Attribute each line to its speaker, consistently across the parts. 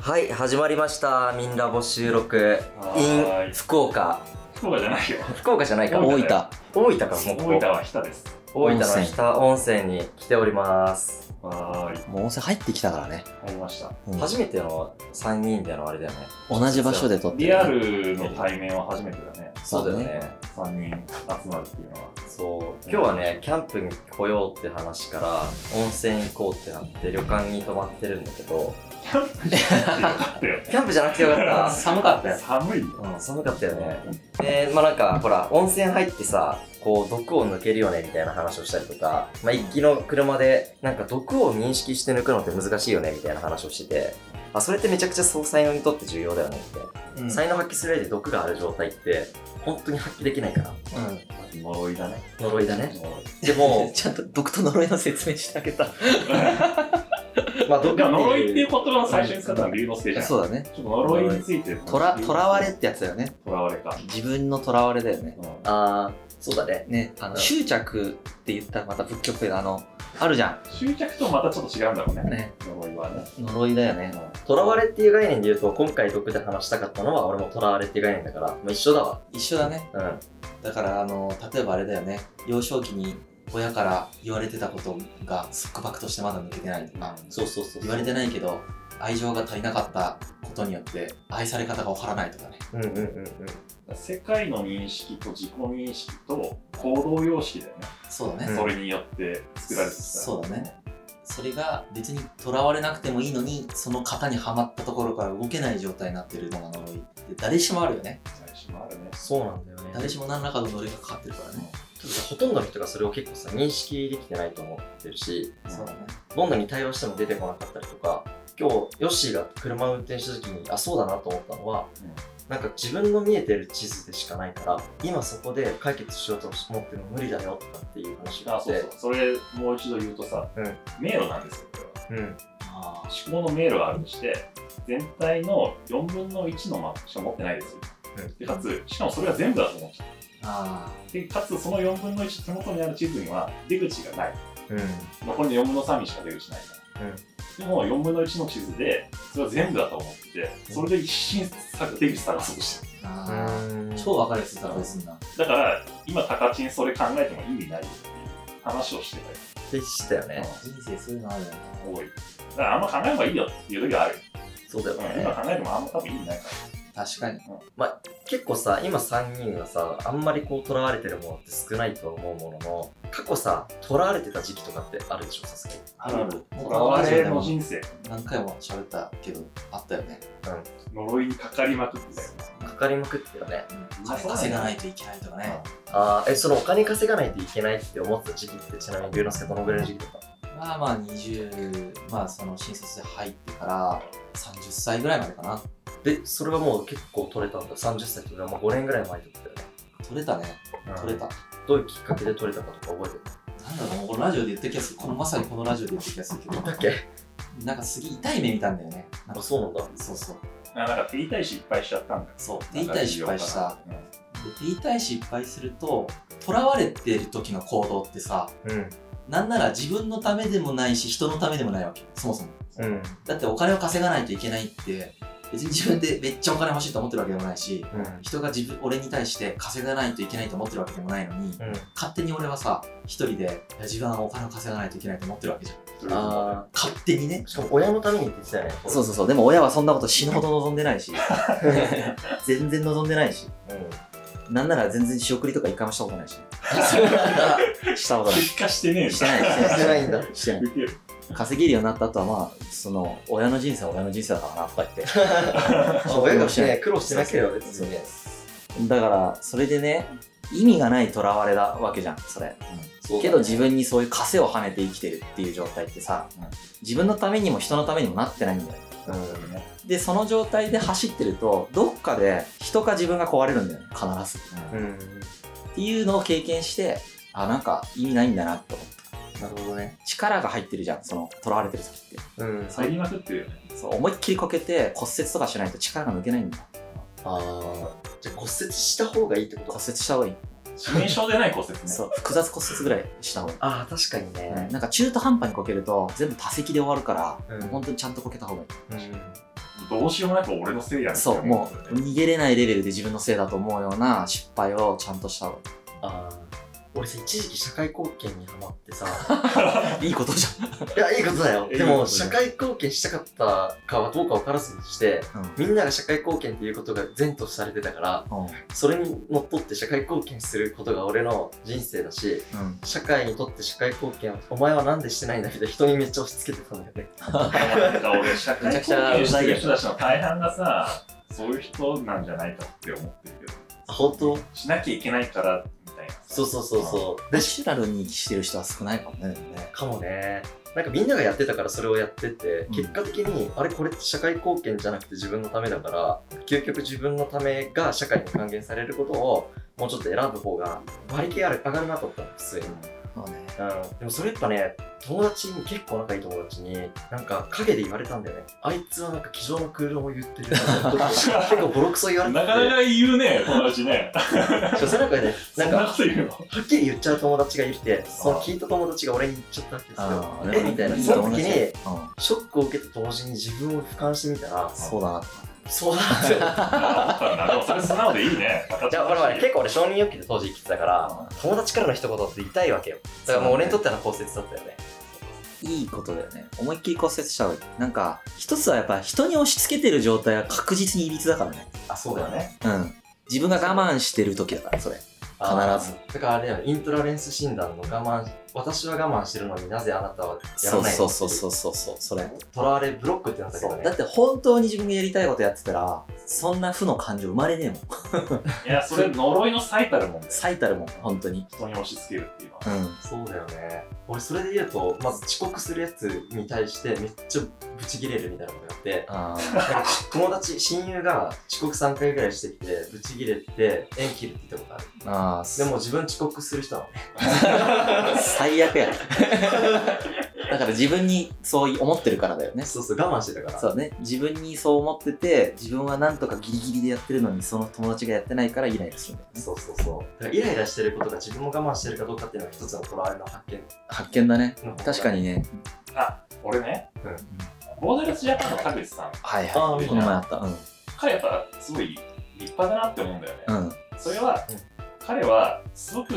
Speaker 1: はい始まりました「みんラボ収録
Speaker 2: は
Speaker 1: in
Speaker 2: い
Speaker 1: 福岡
Speaker 2: 福岡じゃないよ。」
Speaker 1: 福岡じゃないか
Speaker 2: 大分
Speaker 1: 大
Speaker 2: だ
Speaker 1: 分
Speaker 2: よ
Speaker 3: 大
Speaker 1: かも
Speaker 2: 大
Speaker 1: う
Speaker 2: 分は日田です。
Speaker 1: 大分の日田温泉に来ております、
Speaker 2: はーい。
Speaker 3: 分もう温泉入ってきたからね、
Speaker 2: ありました。
Speaker 3: うん
Speaker 1: 初めての3人でのあれだよね
Speaker 3: 同じ場所で撮って
Speaker 2: リア
Speaker 3: る、
Speaker 2: ルの対面は初めてだね。
Speaker 1: そうだよね
Speaker 2: 3人集まるっていうのは。
Speaker 1: そう今日はねキャンプに来ようって話から温泉行こうってなって旅館に泊まってるんだけど
Speaker 2: よかったよ。
Speaker 1: キャンプじゃなくてよかった
Speaker 3: 寒かったよ
Speaker 2: 寒いよ。
Speaker 1: うん、寒かったよね。で、まあなんか、ほら、温泉入ってさ、こう、毒を抜けるよね、みたいな話をしたりとか、まあ一気の車で、なんか毒を認識して抜くのって難しいよね、みたいな話をしてて、あ、それってめちゃくちゃそう才能にとって重要だよね、って。
Speaker 3: うん
Speaker 1: 才能発揮する上で毒がある状態って、本当に発揮できないから。
Speaker 2: 呪いだね。
Speaker 1: 呪いだね。
Speaker 2: 呪い
Speaker 1: で
Speaker 3: もう
Speaker 1: も
Speaker 3: 、ちゃんと毒と呪いの説明してあげた
Speaker 1: まあ毒
Speaker 2: でも呪いっていう言葉の最初に使ったのは龍之介じゃん。ちょ
Speaker 3: そうだね
Speaker 2: っと呪いについて。
Speaker 3: とら囚われってやつだよね
Speaker 2: 囚われか。
Speaker 3: 自分のとらわれだよね
Speaker 2: うん
Speaker 1: あー、そうだね。
Speaker 3: ねあ
Speaker 1: う
Speaker 3: の
Speaker 1: ん
Speaker 3: 執着って言ったらまた仏教っぽいあのあるじゃ
Speaker 2: 執着とまたちょっと違うんだろう
Speaker 3: ん
Speaker 2: ね。
Speaker 3: ね
Speaker 2: 呪いはね。
Speaker 3: 呪いだよね
Speaker 1: 囚われっていう概念で言うと、今回毒で話したかったのは、俺も囚われっていう概念だから、もう一緒だわ。
Speaker 3: 一緒だね
Speaker 1: うん。
Speaker 3: だからあの例えばあれだよね幼少期に親から言われてたことが束縛としてまだ抜けてないとか
Speaker 1: そうそうそう。
Speaker 3: 言われてないけど愛情が足りなかったことによって愛され方が分からないとかね
Speaker 1: うんうんうんうん。
Speaker 2: 世界の認識と自己認識と行動様式だよね。
Speaker 3: そうだね、
Speaker 1: うん
Speaker 2: それによって作られてきた。
Speaker 3: そうだねそれが別にとらわれなくてもいいのにその型にはまったところから動けない状態になってるのが呪いって誰しもあるよね
Speaker 2: 最初もあるね。
Speaker 1: そうなんだよね。
Speaker 3: 誰しも何らかの呪いがかかってるからね
Speaker 1: たださほとんどの人がそれを結構さ認識できてないと思ってるし
Speaker 3: そうだね
Speaker 1: どんなに対応しても出てこなかったりとか今日ヨッシーが車を運転した時にあそうだなと思ったのは、
Speaker 2: うん
Speaker 1: なんか自分の見えてる地図でしかないから今そこで解決しようと思っても無理だよとかっていう話があ
Speaker 2: あ
Speaker 1: っ
Speaker 2: そう
Speaker 1: て
Speaker 2: そうそれもう一度言うとさ、
Speaker 1: うん
Speaker 2: 迷路なんですよこれは
Speaker 1: うん
Speaker 3: ああ
Speaker 2: 思考の迷路があるとして全体の4分の1のマップしか持ってないですよ、
Speaker 1: うん
Speaker 2: でかつしかもそれは全部だと思っちゃ
Speaker 3: あ
Speaker 2: うでかつその4分の1手元にある地図には出口がない
Speaker 1: うん
Speaker 2: 残りの4分の3にしか出口ないから、
Speaker 1: うん
Speaker 2: でも4分の1の地図でそれは全部だと思ってそれで一心作出口探そうとしてる
Speaker 3: ーあー超分かりやすいからですんな
Speaker 2: だから今高知にそれ考えても意味ないよっていう話をしてたり
Speaker 1: でしたよね、
Speaker 3: 人生そういうのあるよね
Speaker 2: 多いだからあんま考えればいいよっていう時はある
Speaker 1: そうだよ
Speaker 2: うん
Speaker 1: ね、
Speaker 2: 今考えてもあんま多分意味ないか
Speaker 3: 確かに
Speaker 1: 結構さ今3人がさあんまりこう囚われてるものって少ないとは思うものの過去さ囚われてた時期とかってあるでしょさすがに
Speaker 3: あ
Speaker 2: ら。
Speaker 3: 僕
Speaker 2: ら
Speaker 3: の
Speaker 2: わ
Speaker 3: ラジオ
Speaker 2: れ
Speaker 3: で
Speaker 2: の
Speaker 3: も
Speaker 2: 人生、
Speaker 3: 何回も喋ったけどあったよね
Speaker 2: 呪いにかかりまくってたよ。
Speaker 1: かかりまくってたね
Speaker 3: 金稼がないといけないとかね
Speaker 1: あーえそのお金稼がないといけないって思ってた時期ってちなみに龍之介どのぐらいの時期だった
Speaker 3: まあまあ20まあその新卒で入ってから30歳ぐらいまでかな
Speaker 1: でそれはもう結構取れたんだ30歳っていうのはもう5年ぐらい前ってことだよ
Speaker 3: 取れたね
Speaker 1: ね
Speaker 3: 取れた
Speaker 1: どういうきっかけで取れたかとか覚えてる
Speaker 3: なんだろうもうこのラジオで言った気がするこのまさにこのラジオで言った気がするけど
Speaker 1: だっけ
Speaker 3: なんかすげえ痛い目見たんだよねなん
Speaker 1: あ
Speaker 3: か
Speaker 1: そうなんだ
Speaker 3: そうそう
Speaker 2: あなんか手痛い失敗しちゃったんだよ。
Speaker 3: そう手痛い失敗した
Speaker 2: うん。
Speaker 3: で手痛い失敗すると囚われてる時の行動ってさ
Speaker 1: うん
Speaker 3: なんなら自分のためでもないし人のためでもないわけそもそも
Speaker 1: うん
Speaker 3: だってお金を稼がないといけないって別に自分でめっちゃお金欲しいと思ってるわけでもないし
Speaker 1: うん
Speaker 3: 人が自分俺に対して稼がないといけないと思ってるわけでもないのに
Speaker 1: うん
Speaker 3: 勝手に俺はさ一人でいや自分はお金を稼がないといけないと思ってるわけじゃん
Speaker 1: あ
Speaker 3: 勝手にね
Speaker 1: ーしかも親のためにって言ってたよね
Speaker 3: そ
Speaker 1: そ
Speaker 3: うそうそうでも親はそんなこと死ぬほど望んでな いし全然望んでないし
Speaker 1: う、うん、
Speaker 3: なんなら全然仕送りとか一回もしたことないししたことない
Speaker 2: 結果してねえ
Speaker 3: し
Speaker 2: じ
Speaker 3: て
Speaker 2: ゃん
Speaker 3: ない
Speaker 1: してないんだ
Speaker 3: してない
Speaker 2: ウケる
Speaker 3: 稼げるようになった後はまあその親の人生は親の人生だからなとか言って
Speaker 1: あ親がね苦労してなければ別にね
Speaker 3: だからそれでね意味がないとらわれだわけじゃんそれ
Speaker 1: そうだね
Speaker 3: けど自分にそういう枷をはめて生きてるっていう状態ってさ、
Speaker 2: うん
Speaker 3: 自分のためにも人のためにもなってないんだよ
Speaker 1: うん
Speaker 2: ね
Speaker 3: でその状態で走ってるとどっかで人か自分が壊れるんだよね必ず
Speaker 2: うん
Speaker 1: うん
Speaker 3: っていうのを経験してあなんか意味ないんだなと思った
Speaker 1: なるほどね
Speaker 3: 力が入ってるじゃんそのとらわれてる時っ
Speaker 1: う
Speaker 3: て
Speaker 1: ん
Speaker 2: 入りまくってるよね。
Speaker 3: そう思いっきりこけて骨折とかしないと力が抜けないんだよ
Speaker 1: ああじゃあ骨折した方がいいってこと
Speaker 3: 骨折した方がいい、
Speaker 2: 致命傷でない骨折ね。
Speaker 3: そう複雑骨折ぐらいした方がいい
Speaker 1: ああ確かにね
Speaker 3: なんか中途半端にこけると全部多席で終わるから、
Speaker 1: うん
Speaker 3: 本当にちゃんとこけた方がいい
Speaker 1: うん
Speaker 2: どうしようもなく俺のせいやん
Speaker 3: そう、もう逃げれないレベルで自分のせいだと思うような失敗をちゃんとした方が
Speaker 1: あー俺さ、一時期社会貢献にハマってさ、
Speaker 3: いいことじゃん。
Speaker 1: いや、いいことだよ。
Speaker 2: いい
Speaker 1: で
Speaker 2: ことだよ
Speaker 1: も、社会貢献したかったかはどうか分からずにして、みんなが社会貢献っていうことが前とされてたから、
Speaker 3: うん。うん。
Speaker 1: それにのっとって社会貢献することが俺の人生だし、
Speaker 3: うん。
Speaker 1: 社会にとって社会貢献をお前はなんでしてないんだみたいな人にめっちゃ押し付けてたんだよね。
Speaker 2: なんか俺、社会貢献してる人たちの大半がさ、そういう人なんじゃないかって思ってるけど、
Speaker 1: あ、本当
Speaker 2: しなきゃいけないから、みたいな。
Speaker 1: そうそうそうそう。
Speaker 3: ナチュラルにしてる人は少ないかもね。
Speaker 1: かもね。なんかみんながやってたからそれをやってて
Speaker 3: う、ん
Speaker 1: 結果的に、あれこれって社会貢献じゃなくて自分のためだから、究極自分のためが社会に還元されることをもうちょっと選ぶ方が馬力ある上がるなと思ったの、普通に。
Speaker 3: そうね。
Speaker 1: うん、でもそれやっぱね友達に結構仲いい友達になんか陰で言われたんだよねあいつはなんか気丈の空論を言って る結構ボロクソ言われて
Speaker 2: なかな
Speaker 1: て
Speaker 2: か言う ね、友達ね。
Speaker 1: そうその中でね
Speaker 2: そ
Speaker 1: なんん
Speaker 2: な
Speaker 1: か
Speaker 2: こと言うの。
Speaker 1: はっきり言っちゃう友達がいてその聞いた友達が俺に言っちゃったわけですよ
Speaker 3: ー
Speaker 1: えみたいな
Speaker 3: そ
Speaker 1: そ
Speaker 3: の
Speaker 1: の時に
Speaker 3: うん。
Speaker 1: ショックを受けた同時に自分を俯瞰してみたら
Speaker 3: そうだな。
Speaker 1: そう だなって
Speaker 2: あそうだなでも それ素直でいいね。
Speaker 1: じゃあ俺はね結構俺承認欲求で当時生きてたから
Speaker 3: あ
Speaker 1: 友達からの一言って痛いわけよだからもう俺にとっては骨折だったよね
Speaker 3: いいことだよね。思いっきり骨折した方がいい。なんか、一つはやっぱ人に押し付けてる状態は確実にいびつだからね。
Speaker 1: あそうだよね
Speaker 3: うん。自分が我慢してる時だから、それ。
Speaker 1: あー
Speaker 3: 必
Speaker 1: だからあれだよねイントラレンス診断の我慢私は我慢してるのになぜあなたはや
Speaker 3: そ
Speaker 1: ら
Speaker 3: う
Speaker 1: ない
Speaker 3: そうそうそうそうそう、それ。
Speaker 1: とらわれブロックってなったけど
Speaker 3: だ
Speaker 1: ね
Speaker 3: って本当に自分がやりたいことやってたら、そんな負の感情生まれねえもん。
Speaker 2: いや、それ呪いの最たるもんね。
Speaker 3: 最たるもん、本当に。
Speaker 2: 人に押し付けるっていうのは。
Speaker 3: うん。
Speaker 1: そうだよね俺それで言うとまず遅刻するやつに対してめっちゃブチギレるみたいなことがあって
Speaker 3: あ
Speaker 1: なんか友達親友が遅刻3回ぐらいしてきてブチギレて縁切るって言ったことある
Speaker 3: ーあ
Speaker 1: で
Speaker 3: ー、
Speaker 1: も自分遅刻する人なの
Speaker 3: 最悪やねだから自分にそう思ってるからだよね
Speaker 1: そうそう我慢してたから
Speaker 3: そうね自分にそう思ってて自分はなんとかギリギリでやってるのにその友達がやってないからイライラするんだよね
Speaker 1: そうそうそうだからイライラしてることが自分も我慢してるかどうかっていうのが一つのとらわれの発見
Speaker 3: 発見だね
Speaker 1: の方が
Speaker 3: 確かにね
Speaker 2: あ、俺ね、
Speaker 1: うん
Speaker 2: ボーダレスジャパンの田口さん、
Speaker 3: はい
Speaker 1: あ
Speaker 3: は
Speaker 1: ー
Speaker 3: い
Speaker 1: 見
Speaker 3: こ
Speaker 1: た
Speaker 3: の前あったうん
Speaker 2: 彼やっぱすごい立派だなって思うんだよね。
Speaker 3: うん
Speaker 2: それは、
Speaker 1: うん
Speaker 2: 彼はすごく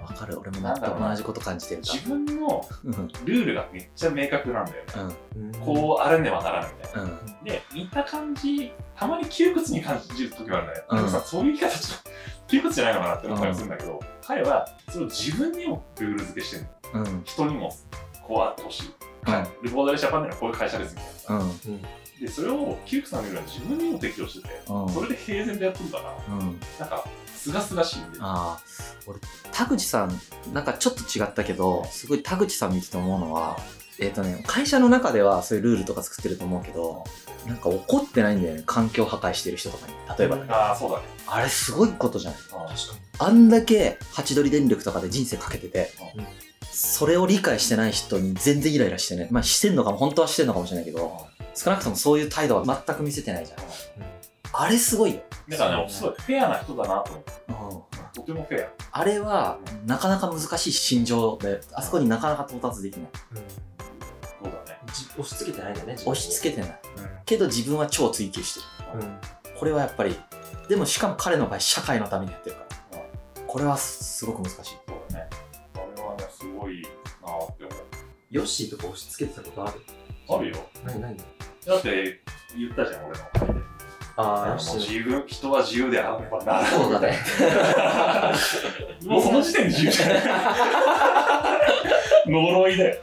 Speaker 3: わかる俺も全く同じこと感じてる
Speaker 2: 自分の
Speaker 3: うんうん
Speaker 2: ルールがめっちゃ明確なんだよね。
Speaker 1: うん
Speaker 2: こうあらねばならぬみたいな。
Speaker 3: うん
Speaker 2: で、見た感じ、たまに窮屈に感じる時があるんだよ。
Speaker 3: うん
Speaker 2: でもさ、そういう言い方ちょっと窮屈じゃないのかなって思ったりするんだけど、彼はそれを自分にもルール付けしてるの
Speaker 3: うん
Speaker 2: 人にもこうあってほしい。
Speaker 3: はい
Speaker 2: で、ボーダレスジャパンではこういう会社ですみたいなさ。
Speaker 3: うん
Speaker 2: で、それを窮屈なルールは自分にも適用してて、
Speaker 3: うん
Speaker 2: それで平然とやってるから、
Speaker 3: うん
Speaker 2: なんか、すがすがしいんで。
Speaker 3: ああ俺田口さんなんかちょっと違ったけどすごい田口さん見てて思うのはえっ、とね会社の中ではそういうルールとか作ってると思うけどなんか怒ってないんだよね環境破壊してる人とかに例えば、
Speaker 2: ああ、そうだね。
Speaker 3: あれすごいことじゃない
Speaker 2: うん
Speaker 1: 確かに
Speaker 3: あんだけハチドリ電力とかで人生かけてて、
Speaker 1: うん
Speaker 3: それを理解してない人に全然イライラしてないまあしてんのかも本当はしてんのかもしれないけど少なくともそういう態度は全く見せてないじゃんあれすごいよ、
Speaker 2: だからね、すごいフェアな人だなと思って。
Speaker 3: うん
Speaker 2: とてもフェア。
Speaker 3: あれはなかなか難しい心情であそこになかなか到達できない
Speaker 2: そうだね。
Speaker 1: じ押し付けてないんだよね自分
Speaker 3: 押し付けてないけど自分は超追求してる
Speaker 1: うん
Speaker 3: これはやっぱりでもしかも彼の場合社会のためにやってるから、これはすごく難しい
Speaker 2: そうだね。あれはね、すごいなーって
Speaker 1: ヨッシーとか押し付けてたことある
Speaker 2: 思う。あるよ。
Speaker 1: 何何
Speaker 2: だって、言ったじゃん、俺の回で。
Speaker 1: ああ
Speaker 2: あ
Speaker 1: ヨ
Speaker 2: の
Speaker 1: ッシー
Speaker 2: 自由、人は自由であればなら
Speaker 1: そうだね
Speaker 2: ぬ。 もうその時点で自由じゃない。呪いだよ。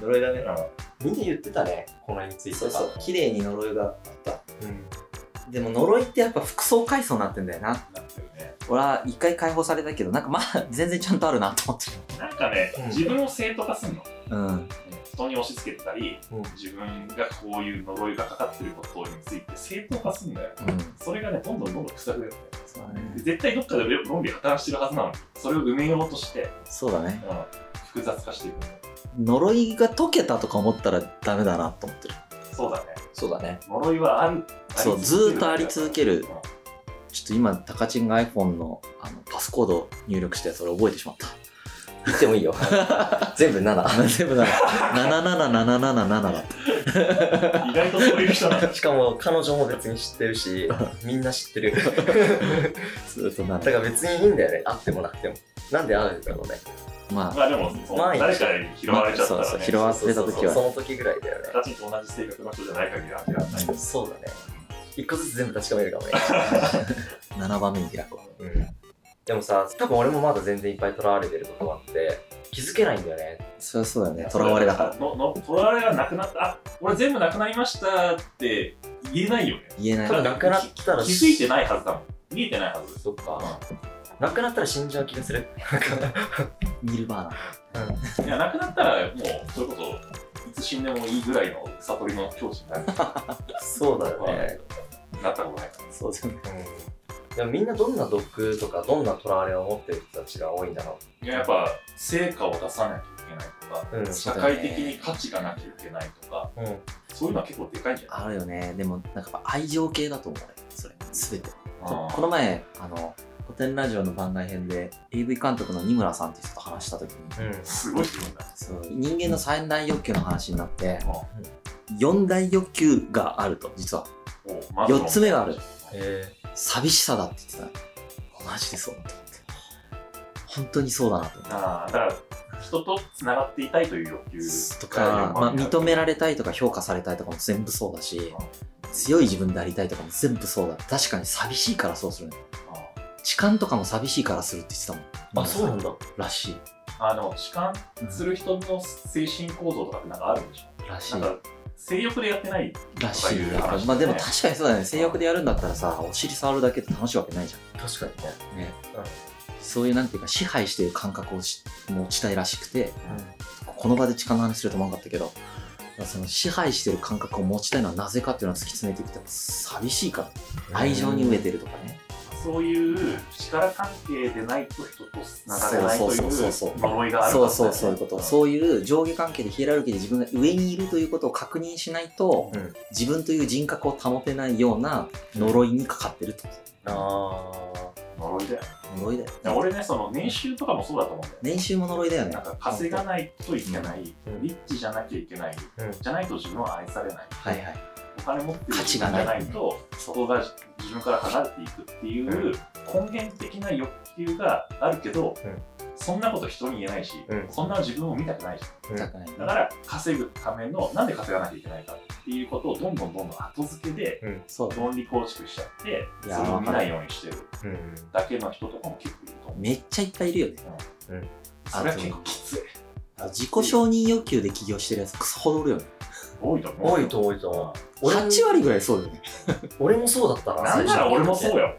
Speaker 1: 呪いだ
Speaker 2: う
Speaker 1: ね
Speaker 2: ん
Speaker 1: みんな言ってたねこの辺については
Speaker 3: 綺麗に呪いがあった
Speaker 1: うん
Speaker 3: でも呪いってやっぱ服装階層になってんだよな
Speaker 2: なってるね。
Speaker 3: 俺は一回解放されたけどなんかまあ全然ちゃんとあるなと思って
Speaker 2: なんかね
Speaker 1: うん、
Speaker 2: 自分を正当化するの。
Speaker 3: るうん
Speaker 2: 人に押し付けてたり、
Speaker 1: うん
Speaker 2: 自分がこういう呪いがかかってることについて正当化するんだよ。
Speaker 3: うん
Speaker 2: それがね、どんどんどんどん臭くなってね
Speaker 3: そうだね
Speaker 2: で絶対どっかで論理働かしてるはずなのに、それを埋めようとして、
Speaker 3: そうだね
Speaker 2: うん複雑化していくんだよ。
Speaker 3: 呪いが解けたとか思ったらダメだなと思ってる
Speaker 2: そうだね。
Speaker 3: そうだね
Speaker 2: 呪いはある。
Speaker 3: そうずーっとあり続け
Speaker 2: う
Speaker 3: る
Speaker 2: ん
Speaker 3: ちょっと今、タカチンが iPhone のあのパスコードを入力して、それ覚えてしまった。
Speaker 4: 言っても いいよ。全部7。
Speaker 3: 全部だ。77777だっ
Speaker 2: 意外とそういう人なん だ。
Speaker 1: しかも彼女も別に知ってる し、みんな知ってる。
Speaker 3: た。ずっと な
Speaker 1: だから別にいいんだよね、会ってもなくても。なんで会うんだろうね。
Speaker 3: まあ、
Speaker 2: まあでも、その誰かに拾われちゃったらね、
Speaker 3: そうそう拾わせた時
Speaker 1: そうそ
Speaker 3: は。
Speaker 1: の時ぐらいだよね。
Speaker 2: ガチンと同じ性格の人じゃない限りは諦めない。
Speaker 1: そうだね。一個ずつ全部確かめるかもね。
Speaker 3: 7番目に開こ
Speaker 1: うん。でもさ、多分俺もまだ全然いっぱいとらわれてることがあって、気づけないんだよね
Speaker 3: う。。そりゃそうだよね。囚われだから。
Speaker 2: のの囚われがなくなった、あ俺全部なくなりましたって言えないよね。
Speaker 3: 言えない
Speaker 2: た。だ
Speaker 1: なくなったら
Speaker 2: 気づいてないはずだもん。見えてないはず。
Speaker 1: そっか。なくなったら死んじゃう気がする。なんか
Speaker 3: ニルバーナ。
Speaker 2: いや、なくなったら、もう、それこそ、いつ死んでもいいぐらいの悟りの境地になる。
Speaker 1: そうだよね。
Speaker 2: なったことない。
Speaker 3: そうですよね。
Speaker 1: うん。でもみんなどんな毒とかどんなとらわれを持ってる人たちが多いんだろ
Speaker 2: いや、やっぱ、成果を出さなきゃいけないとか、
Speaker 1: う。うん。
Speaker 2: 社会的に価値がなきゃいけないとか、
Speaker 1: うん。
Speaker 2: そういうのは結構でかいんじゃない
Speaker 3: あるよね。でも、なんか愛情系だと思うね。それ。すべて。こ
Speaker 2: あ
Speaker 3: この前、あの、古典ラジオの番外編で AV 監督の二村さんって人と話したときに、
Speaker 1: うん
Speaker 2: ー。すごい自分だ。
Speaker 3: そう人間の三大欲求の話になって
Speaker 2: うん、
Speaker 3: 四大欲求があると、実は。
Speaker 2: おうまず
Speaker 3: 4つ目がある。
Speaker 1: え
Speaker 3: 寂しさだって言ってた。マジでそうだと思って。本当にそうだなと思って。
Speaker 2: ああ、だから、人とつながっていたいという欲求
Speaker 3: とか、まあ、認め
Speaker 2: ら
Speaker 3: られたいとか評価されたいとかも全部そうだし、強い自分でありたいとかも全部そうだ。確かに寂しいからそうするね。痴漢とかも寂しいからするって言ってたも
Speaker 1: ー。あ、
Speaker 3: ん。
Speaker 1: そうなんだ。
Speaker 3: らしい。
Speaker 2: あでも痴漢する人の精神構造とかってなんかあるんでし
Speaker 3: らし
Speaker 2: ょ
Speaker 3: い。
Speaker 2: なんか性欲でやってない
Speaker 3: らしい
Speaker 2: とかいう話
Speaker 3: まあでも確かにそうだね性欲でやるんだったらさお尻触るだけって楽しいわけないじ
Speaker 1: 確かにね。
Speaker 3: ゃんね、
Speaker 1: うん
Speaker 3: そういうなんていうか支配している感覚をし持ちたいらしくて、この場で痴漢の話すると思わなかったけどその支配している感覚を持ちたいのはなぜかっていうのを突き詰めていくとやっぱ寂しいから愛情に飢えてるとかね
Speaker 2: そういう力関係でないと人とつながれない
Speaker 3: そう
Speaker 2: とい
Speaker 3: そうそうそう
Speaker 2: う呪いがある
Speaker 3: そうそうそういう
Speaker 2: こ
Speaker 3: こととそういう上下関係でヒエラルキーで自分が上にいるということを確認しないと、
Speaker 1: うん
Speaker 3: 自分という人格を保てないような呪いにかかってるってこ
Speaker 1: あ
Speaker 2: 呪いだよ
Speaker 3: と呪いだよ
Speaker 2: いや俺ねその年収とかもそうだと思うんだよね
Speaker 3: 年収も呪いだよね
Speaker 2: なんか稼がないといけない、
Speaker 1: うん
Speaker 2: リッチじゃなきゃいけない、
Speaker 1: うん
Speaker 2: じゃないと自分は愛されない、
Speaker 3: はいはい
Speaker 2: お金持ってる
Speaker 3: 価値
Speaker 2: 人じ
Speaker 3: が
Speaker 2: ゃ
Speaker 3: ない
Speaker 2: ないとそこが自分から離れていくっていうう根源的な欲求があるけど、
Speaker 1: うん
Speaker 2: そんなこと人に言えないし、
Speaker 1: うん
Speaker 2: そんな自分を見たくないし
Speaker 1: うん
Speaker 3: 高いね
Speaker 2: だから稼ぐためのなんで稼がなきゃいけないかっていうことをどんどんどんどん後付けで
Speaker 3: そう
Speaker 2: 論理構築しちゃって
Speaker 3: い
Speaker 2: そ
Speaker 3: や
Speaker 2: れを見ないようにしてる
Speaker 1: あ。うん。
Speaker 2: だけの人とかも結構いると思う
Speaker 3: めっちゃいっぱいいるよね
Speaker 2: それは結構きつい
Speaker 3: 自己承認欲求で起業してるやつクソほどおるよね
Speaker 2: 多いと思う
Speaker 1: 多いと多いと思う。俺も
Speaker 3: 8割ぐらいそうだよね
Speaker 1: 俺もそうだったな。
Speaker 2: なんなら俺もそう よ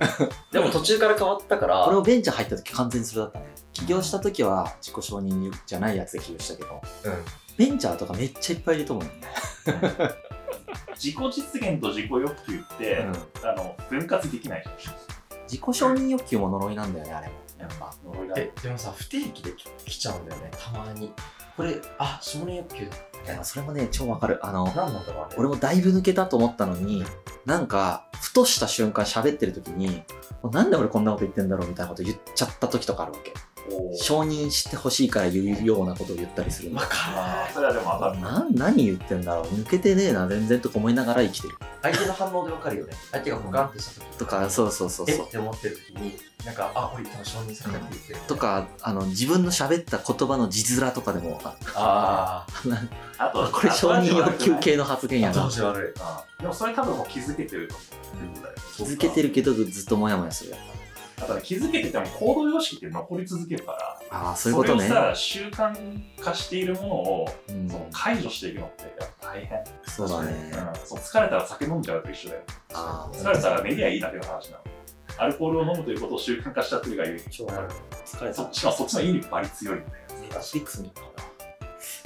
Speaker 1: でも途中から変わったから、
Speaker 3: 俺もベンチャー入った時完全にそれだったね起業した時は自己承認欲じゃないやつで起業したけど
Speaker 1: うん
Speaker 3: ベンチャーとかめっちゃいっぱいいると思うよね
Speaker 2: 自己実現と自己欲求って、あの分割できないじ
Speaker 3: 自己承認欲求も呪いなんだよねあれも
Speaker 2: ゃんやっぱ呪いがある
Speaker 1: え、でもさ、不定期で来ちゃうんだよね、たまに。これ、あ、承認欲求だ。
Speaker 3: いやそれもね超わかるあの
Speaker 1: 何なんだろう、あれ。
Speaker 3: 俺もだいぶ抜けたと思ったのになんかふとした瞬間喋ってる時にもうなんで俺こんなこと言ってんだろうみたいなこと言っちゃった時とかあるわけ
Speaker 2: おー
Speaker 3: 承認してほしいから言うようなことを言ったりするの
Speaker 2: あーそれはでも分か
Speaker 3: な何言ってんだろう抜けてねえな全然とか思いながら生きてる
Speaker 1: 相手の反応でわかるよね。相手がポカンってした時
Speaker 3: とかそうそうそう
Speaker 1: え
Speaker 3: そう
Speaker 1: って思ってる時に、なんか、あ、俺多分承認されたって言ってる。
Speaker 3: と。かあの自分の喋った言葉の字面とかでも分かる
Speaker 1: あ
Speaker 2: るあと
Speaker 3: これ承認欲求系の発言や
Speaker 1: あ、ど
Speaker 3: な
Speaker 1: うし悪
Speaker 2: うんでもそれ多分もう気づけてると思うんだよ
Speaker 3: 気づけてるけどずっとモヤモヤするや
Speaker 2: あとね気づけてても行動様式って残り続けるから
Speaker 3: ああそういうことね
Speaker 2: それをさ習慣化しているものを
Speaker 3: うん
Speaker 2: その解除していくのってやっぱ大変、
Speaker 3: そうだね
Speaker 2: うんそう疲れたら酒飲んじゃうと一緒だよ
Speaker 3: あ
Speaker 2: 疲れたらメディアいいだけの話なのアルコールを飲むということを習慣化しちゃってるがゆえに
Speaker 1: い。超悪い。
Speaker 3: 疲れ
Speaker 2: そっちはそっちの威力バリ強いんだよ
Speaker 3: シックスに行っ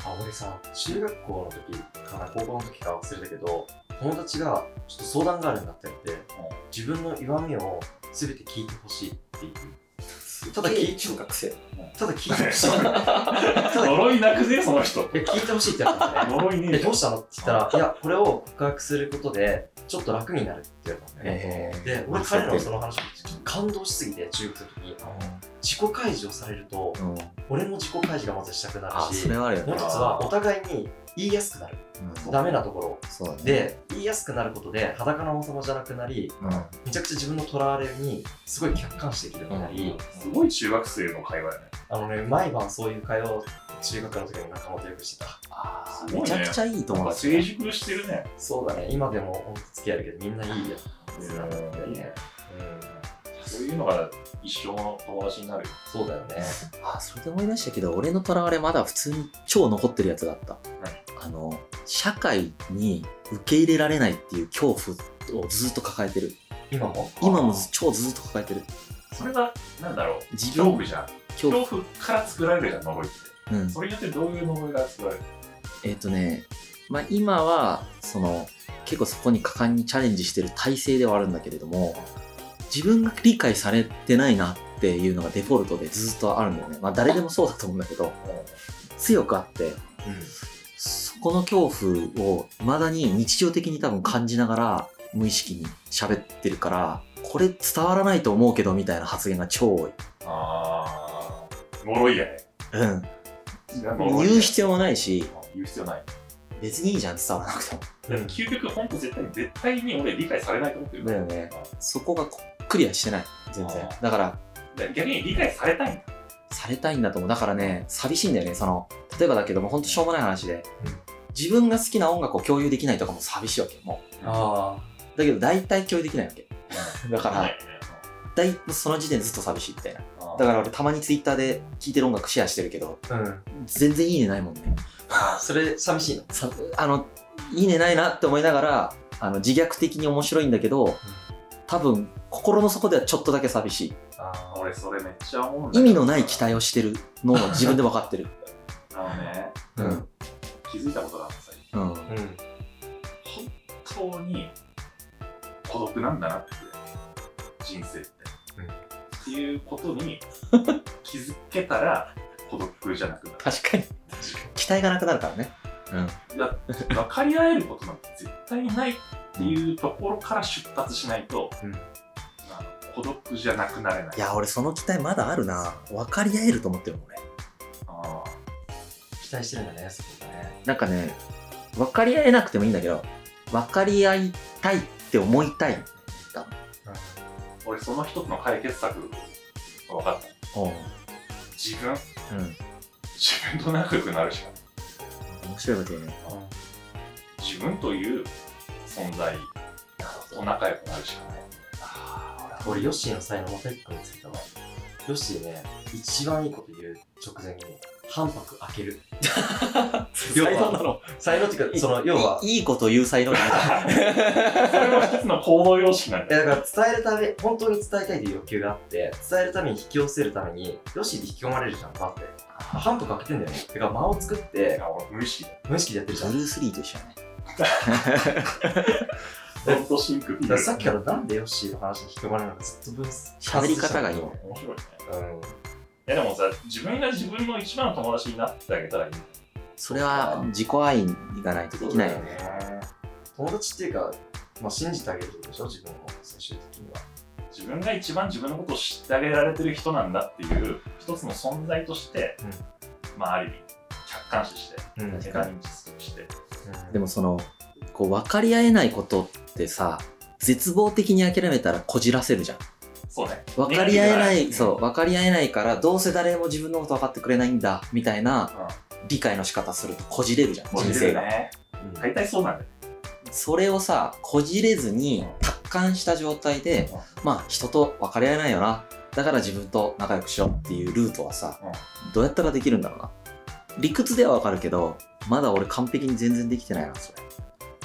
Speaker 3: た
Speaker 1: あ、俺さ、中学校の時かな、高校の時か忘れたけど、友達が、ちょっと相談があるんだって言って、自分の弱みを全て聞いてほしいっていう。ただ聞いて、
Speaker 3: 学生
Speaker 2: うん
Speaker 1: ただ聞いてほしい。ただ
Speaker 2: 呪いなくね、その人。
Speaker 1: いや聞いてほしいって言われたんだよ ね。
Speaker 2: 呪いね
Speaker 1: で、どうしたのって言ったら、いや、これを告白することで、ちょっと楽になるって言われたんだよね。
Speaker 3: えー
Speaker 1: で、俺彼らのその話を聞いてちょっと感動しすぎて、中学の時に。自己開示をされると、
Speaker 3: うん、
Speaker 1: 俺も自己開示がまずしたくな
Speaker 3: あ
Speaker 1: るし
Speaker 3: そ、れはあるよ
Speaker 1: もう
Speaker 3: ね
Speaker 1: 一つはお互いに言いやすくなる。
Speaker 3: うん
Speaker 1: ダメなところを。
Speaker 3: そうだね
Speaker 1: で、言いやすくなることで、裸の王様じゃなくなり、
Speaker 3: うん
Speaker 1: めちゃくちゃ自分のとらわれにすごい客観視できるようになり、
Speaker 2: すごい中学生の会話やね。
Speaker 1: あのね、毎晩そういう会話を中学の時に仲間とよくしてた。
Speaker 3: あー
Speaker 2: すごい
Speaker 3: め
Speaker 2: ね
Speaker 3: ちゃくちゃいい
Speaker 2: なん
Speaker 3: 友
Speaker 2: か
Speaker 3: 達
Speaker 2: 成熟してるね。
Speaker 1: そうだね、今でも本当付き合えるけど、みんないいやつなんだよ
Speaker 2: いいね
Speaker 1: ね。うん、
Speaker 2: そういうのが一生の友達になるよ。
Speaker 1: そうだよね。
Speaker 3: あそれで思い出したけど俺のとらわれまだ普通に超残ってるやつがあった、あの社会に受け入れられないっていう恐怖をずっと抱えてる
Speaker 1: 今も
Speaker 3: 今もず超ずっと抱えてる
Speaker 2: それが、なんだろう、
Speaker 3: 自
Speaker 2: 恐
Speaker 3: 分
Speaker 2: 怖じゃん。
Speaker 3: 恐怖
Speaker 2: 恐怖から作られるじゃん、呪いって。
Speaker 3: うん
Speaker 2: それによってどういう呪いが作られる
Speaker 3: えっ、とね、まあ、今はその結構そこに果敢にチャレンジしてる体制ではあるんだけれども自分が理解されてないなっていうのがデフォルトでずっとあるんだよね、まあ、誰でもそうだと思うんだけど強くあってそこの恐怖を未だに日常的に多分感じながら無意識に喋ってるからこれ伝わらないと思うけどみたいな発言が超多い、
Speaker 2: ああ、呪いやね。
Speaker 3: うん、
Speaker 2: 呪い
Speaker 3: 言う必要もないし
Speaker 2: 言う必要ない。
Speaker 3: 別にいいじゃん伝わらなくても
Speaker 2: でも究極、本当絶対、絶対に俺理解されないと思ってる。
Speaker 3: だよねそこがこクリアしてない全然
Speaker 2: あー
Speaker 3: だから
Speaker 2: だから逆に理解されたいんだ。
Speaker 3: されたいんだと思うだからね寂しいんだよねその例えばだけどもほんとしょうもない話で、
Speaker 1: うん
Speaker 3: 自分が好きな音楽を共有できないとかも寂しいわけよも
Speaker 1: ああ、
Speaker 3: うだけど大体共有できないわけだか
Speaker 2: な
Speaker 3: ら
Speaker 2: いよね
Speaker 3: 大もうその時点でずっと寂しいみたいな
Speaker 2: あー
Speaker 3: だから俺たまにツイッターで聴いてる音楽シェアしてるけど
Speaker 1: うん。
Speaker 3: 全然いいねないもんね
Speaker 1: それ、寂しいの
Speaker 3: さあのいいねないなって思いながらあの自虐的に面白いんだけど多分心の底ではちょっとだけ寂しい
Speaker 1: あ
Speaker 2: 俺それめっちゃ思うんだ
Speaker 3: 意
Speaker 2: よ
Speaker 3: 味のない期待をしてるのを自分で分かってる
Speaker 2: あのね
Speaker 3: う
Speaker 1: うんん
Speaker 2: 気づいたことがあってさ
Speaker 3: うん
Speaker 1: あ。うん。
Speaker 2: 本当に孤独なんだなって人生って、
Speaker 1: うん
Speaker 2: っていうことに気づけたら孤独じゃなくなる
Speaker 3: 確かに期待がなくなるからね
Speaker 2: 分かり合えることなんて絶対にないっていうところから出発しないと、
Speaker 1: うん
Speaker 2: あの孤独じゃなくなれない
Speaker 3: いや、俺その期待まだあるな。分かり合えると思ってるもんね。
Speaker 2: あ
Speaker 1: 期待してるんだね、そこがね。
Speaker 3: なんかね、分かり合えなくてもいいんだけど、分かり合いたいって思いたい。
Speaker 2: ー俺その一つの解決策が分かった
Speaker 3: うん。うん。
Speaker 2: 自分自分と仲良くなるしかない
Speaker 3: 面白いこと言うね。
Speaker 2: 自分という存在と仲良くなるしかない
Speaker 1: 俺、ヨッシーの才能また一個見つけたわ。ヨッシーね、一番いいこと言う直前に、半拍開ける。 要は
Speaker 3: の
Speaker 1: 才能っていうか、その、要は、
Speaker 3: いいいこと言う才能じゃない。
Speaker 2: それも一つの行動様式なん
Speaker 1: い
Speaker 2: だよ
Speaker 1: やだから伝えるため、本当に伝えたいという欲求があって、伝えるために引き寄せるために、よしって引き込まれるじゃん、バって。半歩かけてんだよね。だから間を作って、
Speaker 2: 俺無意識だよ
Speaker 1: 無意識でやって
Speaker 3: ブ
Speaker 1: るじゃ
Speaker 3: ル
Speaker 1: ん。だ
Speaker 3: ース・リーと一緒だね。
Speaker 2: ドントシンク
Speaker 1: からさっきからなんでヨッシーの話に引き込まれるのかずっと分析
Speaker 3: 喋り方がいいね。
Speaker 2: 面白いね
Speaker 1: うん。
Speaker 2: いやでもさ自分が自分の一番の友達になってあげたらいい
Speaker 3: それは自己愛がないとできないよね。
Speaker 1: ね。友達っていうか、まあ信じてあげるってことでしょ、自分を、最終的には。
Speaker 2: 自分が一番自分のことを知ってあげられてる人なんだっていう一つの存在として、
Speaker 1: うん
Speaker 2: まあある意味客観視して
Speaker 1: うん
Speaker 2: メタ認知するして
Speaker 3: でもその、こう分かり合えないことってさ、絶望的に諦めたらこじらせるじゃん。
Speaker 2: そうね
Speaker 3: 分かり合えな
Speaker 2: う
Speaker 3: い、
Speaker 2: ん
Speaker 3: そう、分かり合えないから、どうせ誰も自分のこと分かってくれないんだ、みたいな理解の仕方するとこじれるじゃん、人
Speaker 2: 人
Speaker 3: 生
Speaker 2: 生
Speaker 3: が。
Speaker 2: ね
Speaker 1: うん
Speaker 2: 大体そうなんだよ
Speaker 3: それをさ、こじれずに達観した状態で、まあ人と分かり合えないよな。だから自分と仲良くしようっていうルートはさ、どうやったらできるんだろうな。理屈では分かるけど、まだ俺完璧に全然できてないな、それ。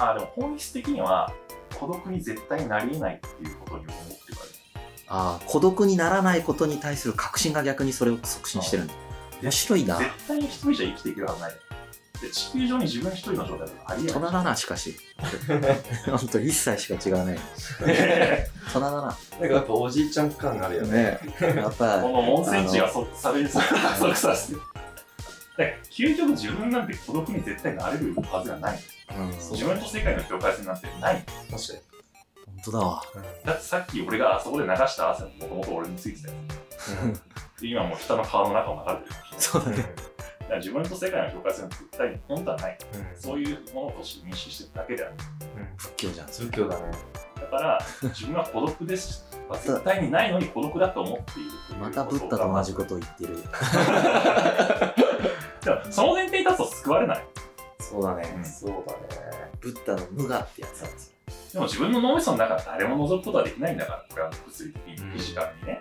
Speaker 2: あでも本質的には孤独に絶対なりえないっていうことに思ってから
Speaker 3: ああ、孤独にならないことに対する確信が逆にそれを促進してるんだ。面白いな。
Speaker 2: 絶対に一人じゃ生きていけるはずないで地球上に自分一人の状態とかありえ
Speaker 3: 大人
Speaker 2: な
Speaker 3: だな、しか し。ほんと、1歳しか違わない。
Speaker 2: い。
Speaker 3: 大人だな。
Speaker 1: なんかやっぱおじいちゃん感があるよね。
Speaker 3: ねやっぱ
Speaker 2: こ、の温泉地がそそれにそ加速させて。だから究極自分なんて孤独に絶対なれるはずがない。
Speaker 3: うん、
Speaker 2: 自分と世界の境界線なんてない。
Speaker 1: 確かに。
Speaker 3: ほんとだわ。
Speaker 2: だってさっき俺があそこで流した汗ももともと俺についてたよ。で今もう下の川の中を流れてるかもしれない
Speaker 3: そうだね。
Speaker 2: だから自分と世界の境界線は絶対に本当はない。
Speaker 1: うん。
Speaker 2: そういうものとして認識してるだけである。
Speaker 3: 仏教じゃん。
Speaker 1: 仏教だね。
Speaker 2: だから、自分は孤独です。絶対にないのに孤独だと思っているっていう
Speaker 3: またブッダと同じことを言ってる。
Speaker 2: でもその前提に立つと救われない。
Speaker 1: そうだ
Speaker 2: ね
Speaker 1: そうだね。
Speaker 3: ブッダの無我ってやつなんですよ。
Speaker 2: でも自分の脳みその中は誰も覗くことはできないんだから、これは物理的に、
Speaker 1: うん
Speaker 2: フィジカルにね。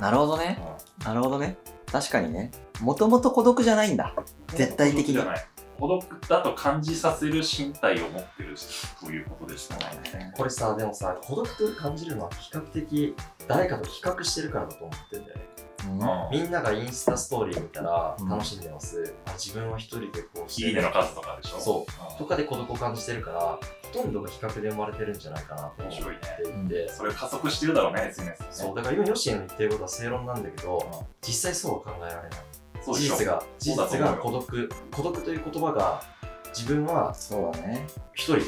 Speaker 3: なるほどね。なるほどね。確かにね。もともと孤独じゃないんだ。絶対的に
Speaker 2: 孤独じゃない孤独だと感じさせる身体を持ってるということでしかないね。
Speaker 1: これさ、でもさ、孤独と感じるのは比較的誰かと比較してるからだと思ってんだよね。
Speaker 3: うん
Speaker 2: うん。
Speaker 1: みんながインスタストーリー見たら
Speaker 3: うん
Speaker 1: 楽しんでます。あ自分は一人でこうして
Speaker 2: いいねの数とかでしょ
Speaker 1: そと
Speaker 2: う
Speaker 1: かで孤独を感じてるから、ほとんどが比較で生まれてるんじゃないかなと
Speaker 2: ん。面
Speaker 1: 思
Speaker 2: 白いね。
Speaker 1: っていて。
Speaker 2: それを加速してるだろうね、SNS ね。
Speaker 1: そう、だから今、ヨシエの言ってることは正論なんだけど、実際そうは考えられない。
Speaker 2: そう
Speaker 1: 事
Speaker 2: でしょ
Speaker 1: 実が、事
Speaker 2: そうだと
Speaker 1: 実
Speaker 2: 思う
Speaker 1: が
Speaker 2: よ
Speaker 1: 孤独、孤独という言葉が、自分は
Speaker 3: そうだね。
Speaker 1: 一人、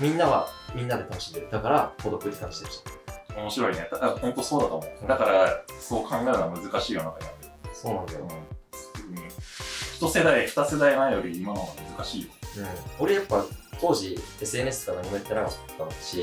Speaker 1: みんなはみんなで楽しんでる。だから孤独って感じてるじ
Speaker 2: 面白いね。だ本当そうだと思う。だから、そう考えるのは難しいよな、
Speaker 1: ゃん。そうなんだよ。
Speaker 2: うん。一世代、二世代前より今の方が難しいよ。
Speaker 1: うん、俺やっぱ当時 SNS とか何もやってなかったし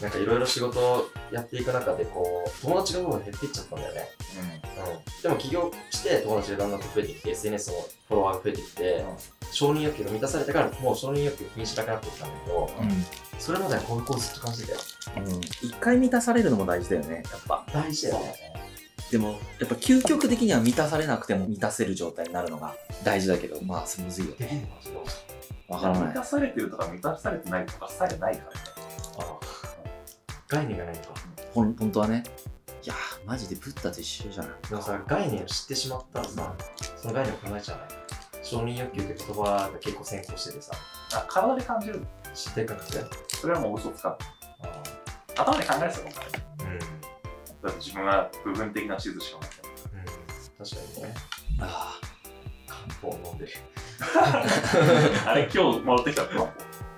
Speaker 1: なんかいろいろ仕事をやっていく中でこう友達がどんどん減っていっちゃったんだよね、
Speaker 2: う
Speaker 1: うん、でも起業して友達がだんだんと増えてきて SNS のフォロワーが増えてきて、
Speaker 2: うん
Speaker 1: 承認欲求が満たされたからもう承認欲求気にしなくなってきたんだけど
Speaker 3: うん。
Speaker 1: それまではこういう構図って感じだよ
Speaker 3: うん一回満たされるのも大事だよね、やっぱ。
Speaker 1: 大事だよね
Speaker 3: でも、やっぱ究極的には満たされなくても満たせる状態になるのが大事だけど、まあ、それむずいよ
Speaker 1: で
Speaker 3: ね。
Speaker 1: きるのそれは
Speaker 3: わから
Speaker 2: ん。
Speaker 3: な
Speaker 2: 満
Speaker 3: い。
Speaker 2: たされてるとか満たされてないとかさえないからね。
Speaker 1: あ概念がないのか
Speaker 3: ほん、本当はね。いやー、マジでブッダと一緒じゃん。
Speaker 1: でもさ概念を知ってしまったらさその概念を考えちゃうね承認欲求って言葉が結構先行しててさ
Speaker 2: あ体で感じる。
Speaker 1: 知ってる感じだよ
Speaker 2: それはもう嘘つかない。頭で考えてたもんからね。
Speaker 1: うん
Speaker 2: だって自分は部分的な地図しか持ってない。
Speaker 1: うん確かにね。
Speaker 3: あ
Speaker 1: 漢方飲んでる。
Speaker 2: あれ、今日もらってきた漢方。
Speaker 3: ー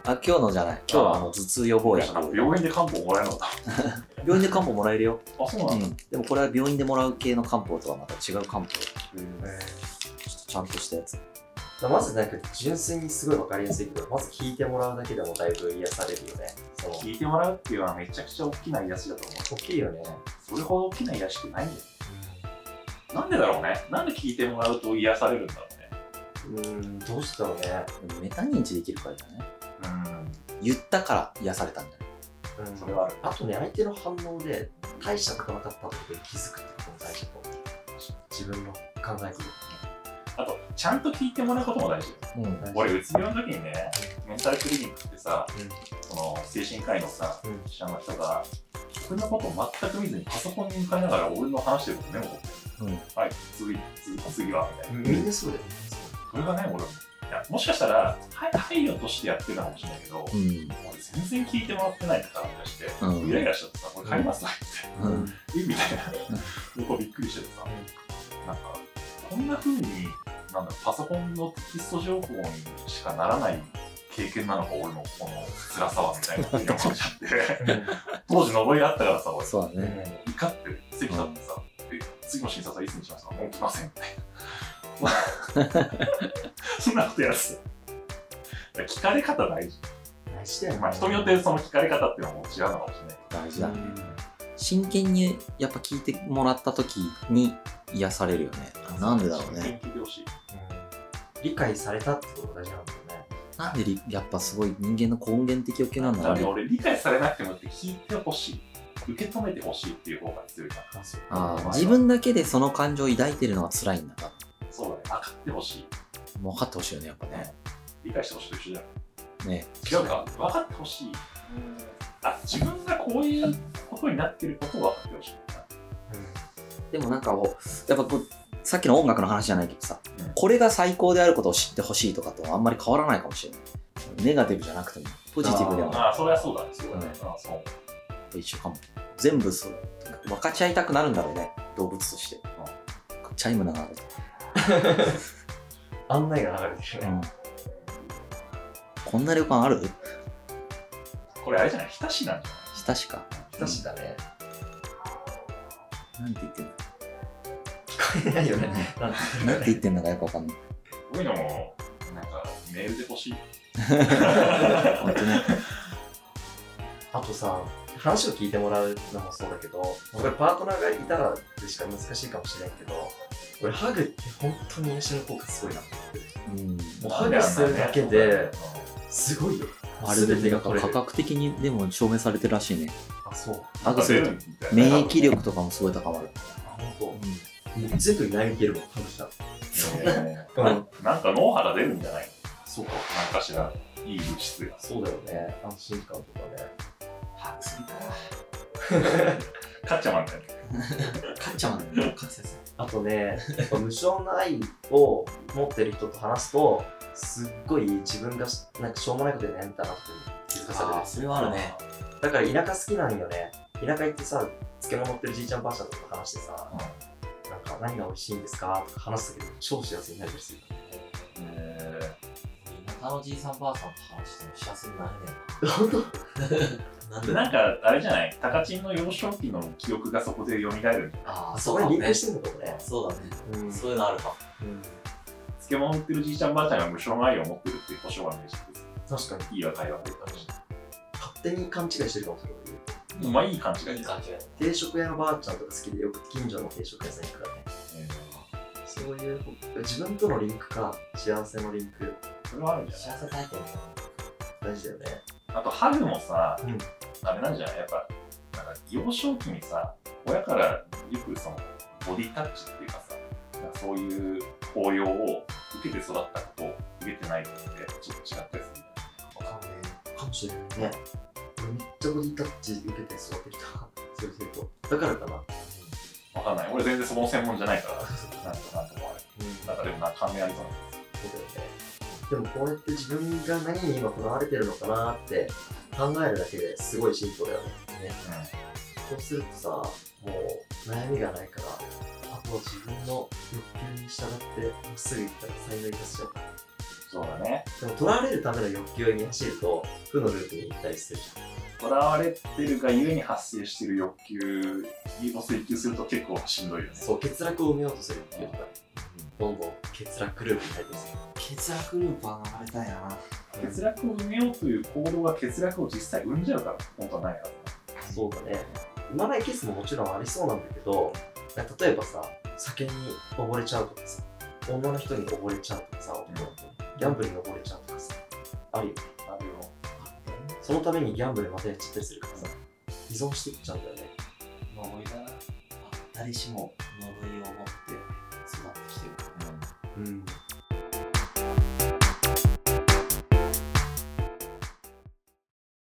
Speaker 3: あ、今日のじゃない。今日はあの頭痛予防薬。
Speaker 2: 病院で漢方もらえなかっ
Speaker 3: 病院で漢方もらえるよ。
Speaker 2: た。あ、そう
Speaker 3: う
Speaker 2: なんだ。
Speaker 3: ん。でもこれは病院でもらう系の漢方とはまた違う漢方。ちゃんとしたやつ。
Speaker 1: まずなんか純粋にすごい分かりやすいけど、まず聞いてもらうだけでもだいぶ癒されるよね。その
Speaker 2: 聞いてもらうっていうのはめちゃくちゃ大きな癒しだと思う。
Speaker 1: 大きいよね。
Speaker 2: それほど大きな癒しってないんだよ。なんでだろうね。なんで聞いてもらうと癒されるんだろうね。
Speaker 1: うん、どうしたろうね。
Speaker 3: でもメタ認知できるからじゃない
Speaker 2: うん。
Speaker 3: 言ったから癒されたんだよ。
Speaker 1: うん、
Speaker 2: それはある。
Speaker 1: あとね、相手の反応で大したことなかったことに気づくってことも大事だと思う。自分の考え方。
Speaker 2: あと、ちゃんと聞いてもらうことも大事。
Speaker 3: うん。
Speaker 2: 俺、うつ病の時にね、メンタルクリニックってさ、その精神科医のさ、
Speaker 1: うん
Speaker 2: 医者の人が、僕のこと全く見ずにパソコンに向かいながら俺の話してることメモ取ってる、
Speaker 3: うん
Speaker 2: はい、次、次次は、みたいな。
Speaker 1: うん、みんなそうだよね。
Speaker 2: これがね、俺、いやもしかしたら、はい配慮としてやってるかもしれないけど、
Speaker 3: うん。
Speaker 2: 俺全然聞いてもらってないから、とかして、
Speaker 3: うん
Speaker 2: イライラしちゃってさ、これ帰りますわ、って。
Speaker 3: うん。
Speaker 2: え みたいな、向こうびっくりしててさ、なんか、こんな風に、なんだろうパソコンのテキスト情報にしかならない経験なのか、俺のこの辛さはみたいな風に思っちゃって、当時呪いがあったからさ、俺、
Speaker 3: そうだ
Speaker 1: うん。う
Speaker 3: ね。
Speaker 1: ん
Speaker 2: 怒って、席立ってさ、え、次の審査はいつにしますかもう来ません みたいな。そんなことやつ。聞かれ方大事。
Speaker 1: 大事だよね。
Speaker 2: まあ、人によってその聞かれ方っていうのも違うのかもしれない
Speaker 3: 大事
Speaker 1: う
Speaker 3: だ。
Speaker 1: ん
Speaker 3: 真剣にやっぱ聞いてもらった時に癒されるよね
Speaker 2: けど。
Speaker 3: なんでだろうね。
Speaker 2: 真剣に聞いてほしい。
Speaker 1: 理解されたってことが大事なんだよね。
Speaker 3: なんでりやっぱすごい人間の根源的欲求なんだ
Speaker 2: だ
Speaker 3: ろう
Speaker 2: から
Speaker 3: ね
Speaker 2: 俺理解されなくてもって聞いてほしい受け止めてほしいっていう方が強いから
Speaker 1: あ、そう
Speaker 3: あー自分だけでその感情を抱いてるのは辛いんだな
Speaker 2: そうだね分かってほしい
Speaker 3: もう分かってほしいよねやっぱね
Speaker 2: 理解してほしいと一緒だよ
Speaker 3: ね
Speaker 2: 違うか分かってほしいあ自分がこういうことになってることを分かってほしい
Speaker 3: でもなんかこうやっぱこうさっきの音楽の話じゃないけどさ、
Speaker 2: うん
Speaker 3: これが最高であることを知ってほしいとかとはあんまり変わらないかもしれないネガティブじゃなくてもポジティブでも
Speaker 2: ああ、それはそうだね。そうだね。
Speaker 3: うん
Speaker 2: ああそう。
Speaker 3: 一緒かも全部そう分かち合いたくなるんだろうね動物として、チャイムながら、
Speaker 1: 案内が流れてるね。
Speaker 3: こんな旅館ある
Speaker 2: これあれじゃない日田市なんじ
Speaker 3: 親しか
Speaker 1: 親しいだね。
Speaker 3: なんて言ってんだ
Speaker 1: 聞こえないよね。なんて言うんだ
Speaker 3: なん
Speaker 1: ろう
Speaker 3: て
Speaker 1: ね
Speaker 3: 言ってんだかよくわかんない
Speaker 2: ゃないこういうのも、なんか、メールで欲しい。
Speaker 3: 本当ね
Speaker 1: あとさ、話を聞いてもらうのもそうだけど、これパートナーがいたらでしか難しいかもしれんけど、俺ハグって本当に癒しの効果すごいな。
Speaker 3: うん
Speaker 1: もうハグするだけで、すごいよ。
Speaker 3: あれで
Speaker 1: 全てが
Speaker 3: 科
Speaker 1: 取れる
Speaker 3: 学的にでも証明されてるらしいね
Speaker 1: あ、そう。
Speaker 3: ハグすると
Speaker 2: と
Speaker 3: 免疫力とかもすごい高まる
Speaker 1: あ、ほんと。もう全部に悩み切るもん、ハグしたら。
Speaker 2: ななんか脳波が出るんじゃないそうか。何かしら、いい物質が。
Speaker 1: そうだよね。安心感とかね。
Speaker 2: ハグするか。っちゃまんだよね。
Speaker 3: かっちゃまんだよかっちゃ
Speaker 1: あとね、やっぱ無償の愛を持ってる人と話すと、すっごい自分がしなんかしょうもないことで悩んだなって気づかされる。
Speaker 3: それはあるね
Speaker 1: だから田舎好きなんよね田舎行ってさ漬物持ってるじいちゃんばあちゃんとか話してさ、なんか何が美味しいんですかとか話すだけで超幸せになりまする
Speaker 2: え
Speaker 5: 田舎のじいさんばあさんと話しても幸せになれねえな。なん
Speaker 2: ーなんか、あれじゃないタカチンの幼少期の記憶がそこで蘇るんじゃない
Speaker 5: ああ、
Speaker 1: そ
Speaker 5: そう
Speaker 1: こ
Speaker 5: だ
Speaker 1: にリン
Speaker 5: ね
Speaker 1: ク。してんのかもね
Speaker 5: そうだね。
Speaker 1: うん、うん
Speaker 5: そういうのあるか。
Speaker 2: 漬物売ってるじいちゃんばあちゃんが無償の愛を持ってるっていう保証はね、
Speaker 1: 確かに
Speaker 2: いいは会話でたし。
Speaker 1: 勝手に勘違いしてるかもしれない
Speaker 2: うんまあいい感じがい
Speaker 5: い
Speaker 2: い
Speaker 5: い感じがね。
Speaker 1: 定食屋のばあちゃんとか好きでよく近所の定食屋さん行くからねそういう自分とのリンクか幸せのリンク
Speaker 2: それはあるんじゃない
Speaker 5: 幸せ体験
Speaker 1: 大事だよね
Speaker 2: あと、ハグもさ、
Speaker 1: うん
Speaker 2: あれなんじゃないやっぱ、なんか幼少期にさ、親からよくそのボディタッチっていうかさ、なんかそういう応用を受けて育ったことを受けてないのってちょっと違ったりする。
Speaker 1: かもねかもしれないね俺めっちゃボディタッチ受けて育ってきたそういう成功だからかな
Speaker 2: わかんない。俺全然その専門じゃないから、なんとなんともあれ。
Speaker 1: うん
Speaker 2: なんかでもな、関連ありそうな
Speaker 1: そうだよね。でもこうやって自分が何に今こだわれてるのかなって考えるだけですごい進歩だよね。そうするとさ、もう悩みがないから、あとは自分の欲求に従ってまっすぐ行ったら才能がしちゃう。
Speaker 2: そうだね。
Speaker 1: でも取られるための欲求に走ると、負のループに行ったりするじ
Speaker 2: とらわれてるがゆえに発生してる欲求を追求すると結構しんどいよね
Speaker 1: ゃん。。そう、欠落を埋めようとする欲求とか、どんどん欠落ループに入ってまする。
Speaker 5: 血圧ループは流れたいな。
Speaker 2: 欠落を埋めようという行動が欠落を実際生んじゃうから、本当はないはず
Speaker 1: そうだね。生まないケースももちろんありそうなんだけど、なんか例えばさ、酒に溺れちゃうとかさ、女の人に溺れちゃうとかさ、男の子にギャンブルに溺れちゃうとかさ、あるよね。
Speaker 2: な。あるよ。
Speaker 1: そのためにギャンブルまでやっちゃったりするからさ、依存していっちゃうんだよね。
Speaker 5: 呪いだな。誰しも呪いを持って育ってきてる。
Speaker 1: うん。